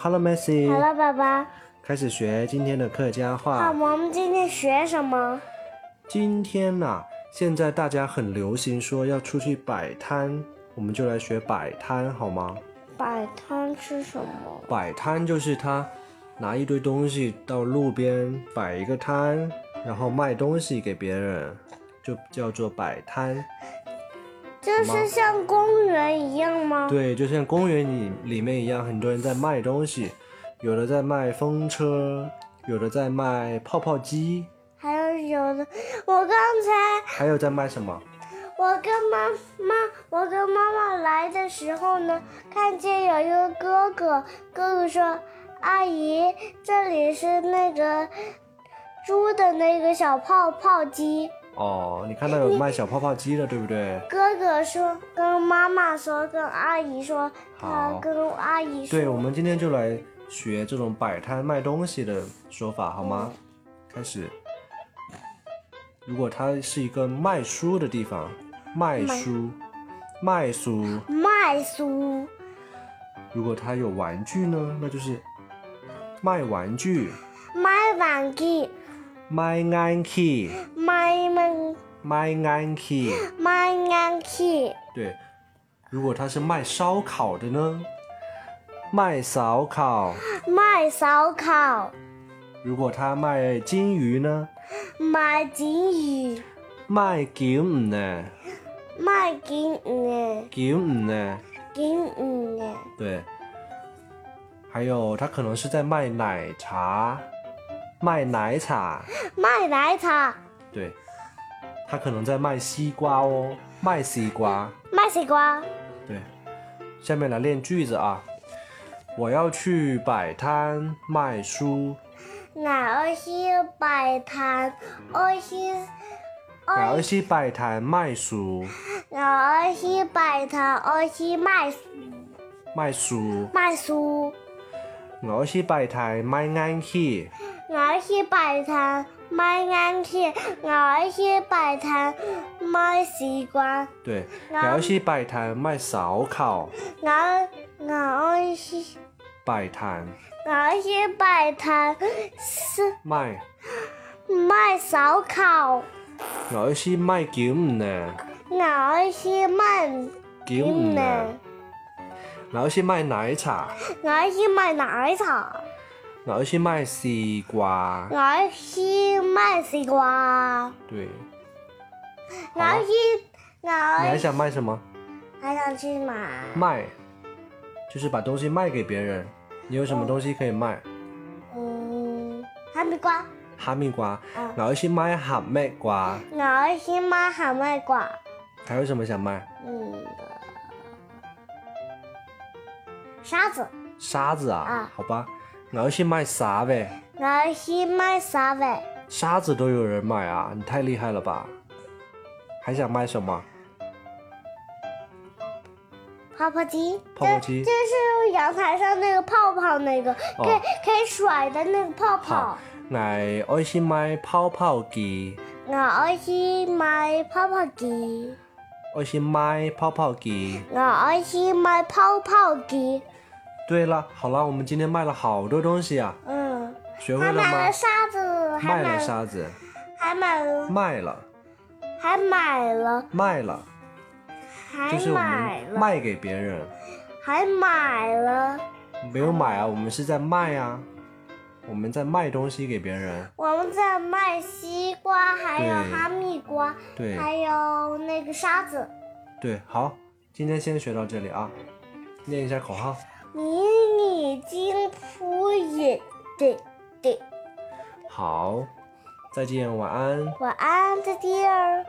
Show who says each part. Speaker 1: Hello, Messi。
Speaker 2: 好了，爸爸，
Speaker 1: 开始学今天的客家
Speaker 2: 那
Speaker 1: 话。
Speaker 2: 我们今天学什么？
Speaker 1: 今天呐、现在大家很流行说要出去摆摊，我们就来学摆摊好吗？
Speaker 2: 摆摊吃什么？
Speaker 1: 摆摊就是他拿一堆东西到路边摆一个摊，然后卖东西给别人，就叫做摆摊。
Speaker 2: 就是像公园一样吗？
Speaker 1: 对，就像公园里里面一样，很多人在卖东西，有的在卖风车，有的在卖泡泡机，
Speaker 2: 还有有的，我刚才
Speaker 1: 还有在卖什么？
Speaker 2: 我跟妈妈，我跟妈妈来的时候呢，看见有一个哥哥，哥哥说：“阿姨，这里是那个猪的那个小泡泡机。”
Speaker 1: 哦，你看到有卖小泡泡机的，对不对？
Speaker 2: 哥哥说，跟妈妈说，跟阿姨说，他
Speaker 1: 好
Speaker 2: 跟阿姨说，
Speaker 1: 对，我们今天就来学这种摆摊卖东西的说法，好吗？开始。如果它是一个卖书的地方，卖书，卖书。
Speaker 2: 卖书
Speaker 1: 如果它有玩具呢，那就是卖玩具，
Speaker 2: 卖玩具，
Speaker 1: 卖玩具，
Speaker 2: 卖门
Speaker 1: 卖玩具。
Speaker 2: 卖玩具，
Speaker 1: 对，如果它是卖烧烤的呢，卖烧烤。
Speaker 2: 卖烧烤，
Speaker 1: 如果它卖金鱼呢，
Speaker 2: 卖金鱼，
Speaker 1: 卖金鱼呢，
Speaker 2: 卖金鱼，
Speaker 1: 金鱼呢。
Speaker 2: 金鱼，
Speaker 1: 对，还有他可能是在卖奶茶，卖奶茶，
Speaker 2: 卖奶茶，
Speaker 1: 对，他可能在卖西瓜哦，卖西瓜，
Speaker 2: 卖西瓜，
Speaker 1: 对。下面来练句子啊，我要去摆摊卖书，
Speaker 2: 俺儿媳摆摊，儿媳，
Speaker 1: 然后
Speaker 2: 儿
Speaker 1: 去摆摊卖书，
Speaker 2: 俺儿媳摆摊，儿媳卖
Speaker 1: 卖书，
Speaker 2: 卖书。
Speaker 1: 我要去摆摊卖眼去，
Speaker 2: 我去摆摊卖眼去，我去摆摊卖西瓜，
Speaker 1: 对，
Speaker 2: 然
Speaker 1: 我
Speaker 2: 后
Speaker 1: 要去摆摊卖烧烤，
Speaker 2: 我我去
Speaker 1: 摆摊
Speaker 2: 我去摆摊是
Speaker 1: 卖，
Speaker 2: 卖烧烤，
Speaker 1: 我要去卖金鱼呢。
Speaker 2: 我去卖
Speaker 1: 给我们呢，，然后去卖奶茶，
Speaker 2: 我去卖奶茶，
Speaker 1: 然后去卖西瓜，
Speaker 2: 我去卖西瓜，
Speaker 1: 对，好啊
Speaker 2: 我去我
Speaker 1: 你还想卖什么？
Speaker 2: 还想去买
Speaker 1: 卖，就是把东西卖给别人。你有什么东西可以卖？
Speaker 2: 嗯哈密瓜，
Speaker 1: 哈密瓜，
Speaker 2: 嗯
Speaker 1: 然后去卖哈密瓜，
Speaker 2: 我去买哈密瓜，
Speaker 1: 还有什么想卖？
Speaker 2: 嗯，沙子，
Speaker 1: 沙子啊
Speaker 2: 啊，
Speaker 1: 好吧，然后去卖沙呗，
Speaker 2: 我去买沙呗，
Speaker 1: 沙子都有人买啊，你太厉害了吧？还想卖什么？
Speaker 2: 泡泡机，
Speaker 1: 泡泡机
Speaker 2: 这就是阳台上那个泡泡，那个、
Speaker 1: 哦
Speaker 2: 可以可以甩的那个泡泡
Speaker 1: 好。，来，我去卖泡泡机，
Speaker 2: 我去买泡泡机，
Speaker 1: 我去卖泡泡机。
Speaker 2: 我去买泡泡机。
Speaker 1: 对了，好了，我们今天卖了好多东西啊，
Speaker 2: 嗯，
Speaker 1: 学会
Speaker 2: 还
Speaker 1: 了
Speaker 2: 买
Speaker 1: 吗
Speaker 2: 了？沙子，还
Speaker 1: 卖
Speaker 2: 买
Speaker 1: 了沙子，
Speaker 2: 还买了，
Speaker 1: 卖了，
Speaker 2: 还买了，
Speaker 1: 卖了，
Speaker 2: 还
Speaker 1: 就是我
Speaker 2: 买
Speaker 1: 们
Speaker 2: 了，
Speaker 1: 卖给别人，
Speaker 2: 还买了。
Speaker 1: 没有买啊，我们是在卖啊，我们在卖东西给别人。
Speaker 2: 我们在卖西瓜，还有
Speaker 1: 对
Speaker 2: 哈密瓜，
Speaker 1: 对
Speaker 2: 还有那个沙子。
Speaker 1: 对，好，今天先学到这里啊，念一下口号：
Speaker 2: 迷你金铺也对对，
Speaker 1: 好，再见，晚安。
Speaker 2: 晚安，再见。